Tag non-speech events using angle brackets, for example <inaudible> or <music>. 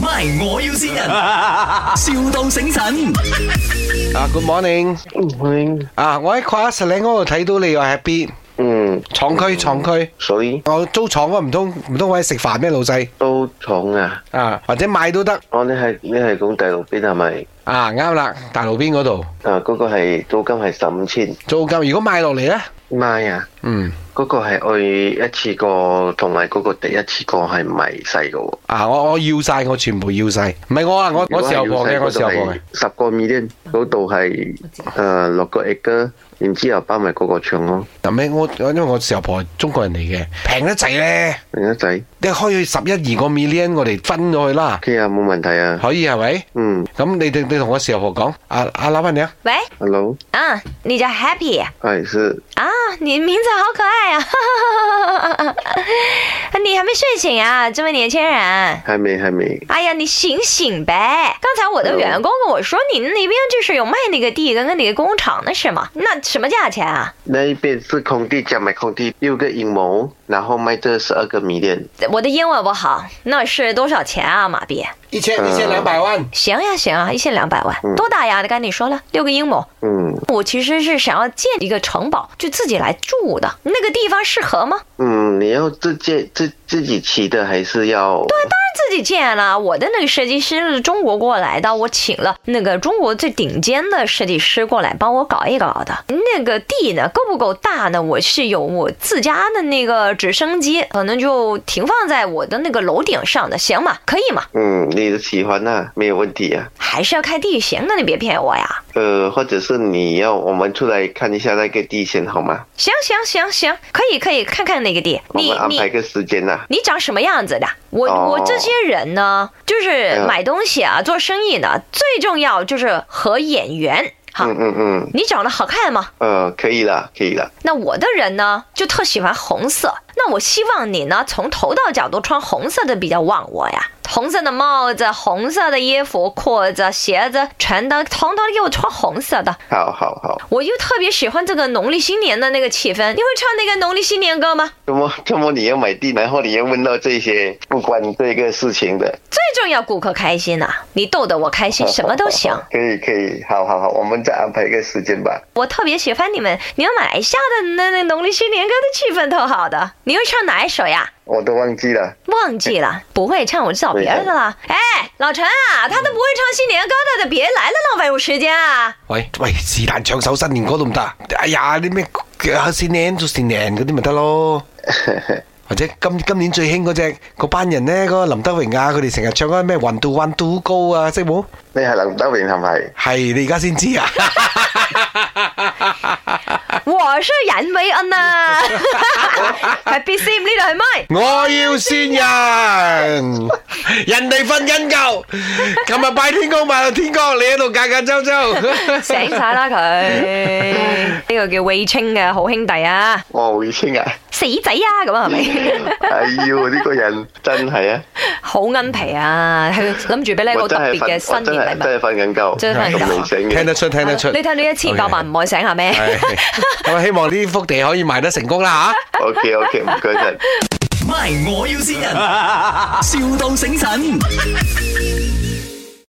MY，我要先人，, <laughs> 笑到醒神。啊，Good Ah, morning！Ah, 嗯啊，我喺跨石嶺嗰度睇到你又 happy，嗯，廠區廠區，所以我租廠啊，唔通唔通我喺食飯咩老細都重啊！啊，或者買都得我你係你係講第六邊係咪？啊，啱啦，大路邊嗰度啊，嗰、個係租金係十五千，租金，如果買落嚟咧，媽呀！嗯嗰、個係我一次過，同埋嗰個第一次過係唔係細嘅喎？啊，我我要晒，我全部要晒，唔係我啊，我我時候磅嘅，我時候磅嘅，十個 million 嗰度係誒六個 e g 然之後包埋嗰個唱咯，嗱咩我我因為我時候磅係中國人嚟嘅，平得滯咧，另一仔，你開去十一二個 million，我哋分咗去啦，佢啊冇問題啊，可以係咪？嗯咁你哋你同我時候婆講，啊啊老闆娘，喂， ，hello，嗯，你叫 Happy 啊哎是，啊？你名字好可爱啊！ <laughs> 你还没睡醒啊，这位年轻人。係未係未，哎呀，你醒醒呗！刚才我的员工跟我说，你那边就是有卖那个地跟跟那个工厂的是吗？那什么价钱啊？那一邊是空地加埋空地六個陰謀，然後賣這十二個 million。我的英文不好，那是多少錢啊，马币？一千一呃千兩百萬。行呀行啊，一千两百万，多大呀？刚才你说了六个英亩。嗯我其实是想要建一个城堡，就自己来住的。那个地方适合吗？嗯，你要自己自自己骑的，还是要？自己建了。我的那个设计师是中国过来的，我请了那个中国最顶尖的设计师过来帮我搞一搞的。那个地呢，够不够大呢？我是有我自家的那个直升机，可能就停放在我的那个楼顶上的，行吗？可以吗？嗯，你的喜欢呐、没有问题啊。还是要看地形的，你别骗我呀！呃，或者是你要我们出来看一下那个地线好吗？行行行行，可以可以，看看那个地。我你们安你排个时间呐、啊你长什么样子的？我、哦我这些人呢，就是嗯买东西啊，做生意呢，最重要就是和眼缘。好，嗯嗯嗯，你长得好看吗？呃，可以啦，可以啦。那我的人呢，就特喜欢红色。那我希望你呢，从头到脚都穿红色的比较旺我呀。红色的帽子、红色的衣服、裤子、鞋子，全都统统给我穿红色的。好好好，我就特别喜欢这个农历新年的那个气氛。你会唱那个农历新年歌吗？怎么怎么你要买地，然后你要问到这些不关这个事情的，最重要，顾客开心呐、你逗得我开心，什么 <laughs> 都行。可以可以，好好好，我们再安排一个时间吧。我特别喜欢你们，你们马来西亚的那那农历新年歌的气氛特好的。你会唱哪一首呀？我都忘记了， <laughs> 忘记了，哎不会唱，我去找别人的了。哎，老陈啊，他都不会唱新年歌的，就别来了，浪费我时 <laughs> 间啊！喂喂，是但唱首新年歌都唔得啊？哎呀，啲咩啊善年做善年嗰啲咪得咯？或者今今年最興嗰只嗰班人咧，嗰、個林德榮啊，佢哋成日唱嗰咩雲度雲度高啊，識冇？你係林德榮係咪？係你而家先知啊！ <laughs> 我是冉维 <laughs> 恩啊，係 B C 呢度係咪？我要先人，人哋瞓緊覺，琴日拜天公拜到天光，你喺度格格周周。醒晒啦佢， <laughs> 呢個叫衛青嘅好兄弟啊，我回清啊！死仔啊咁啊 <laughs> 係咪？哎呦，呢、個人真係啊！好恩皮啊，佢諗住俾你一個我特真係別嘅瞓，我新真係年禮物。真係瞓緊覺，真係瞓緊覺仲未醒聽 <laughs> 嘅。得出，聽得出。啊你睇你一千百萬唔愛醒下咩？係咁啊希望呢幅地可以賣得成功啦嚇。 OK OK，唔該晒。 MY，我要先人，,笑到醒神。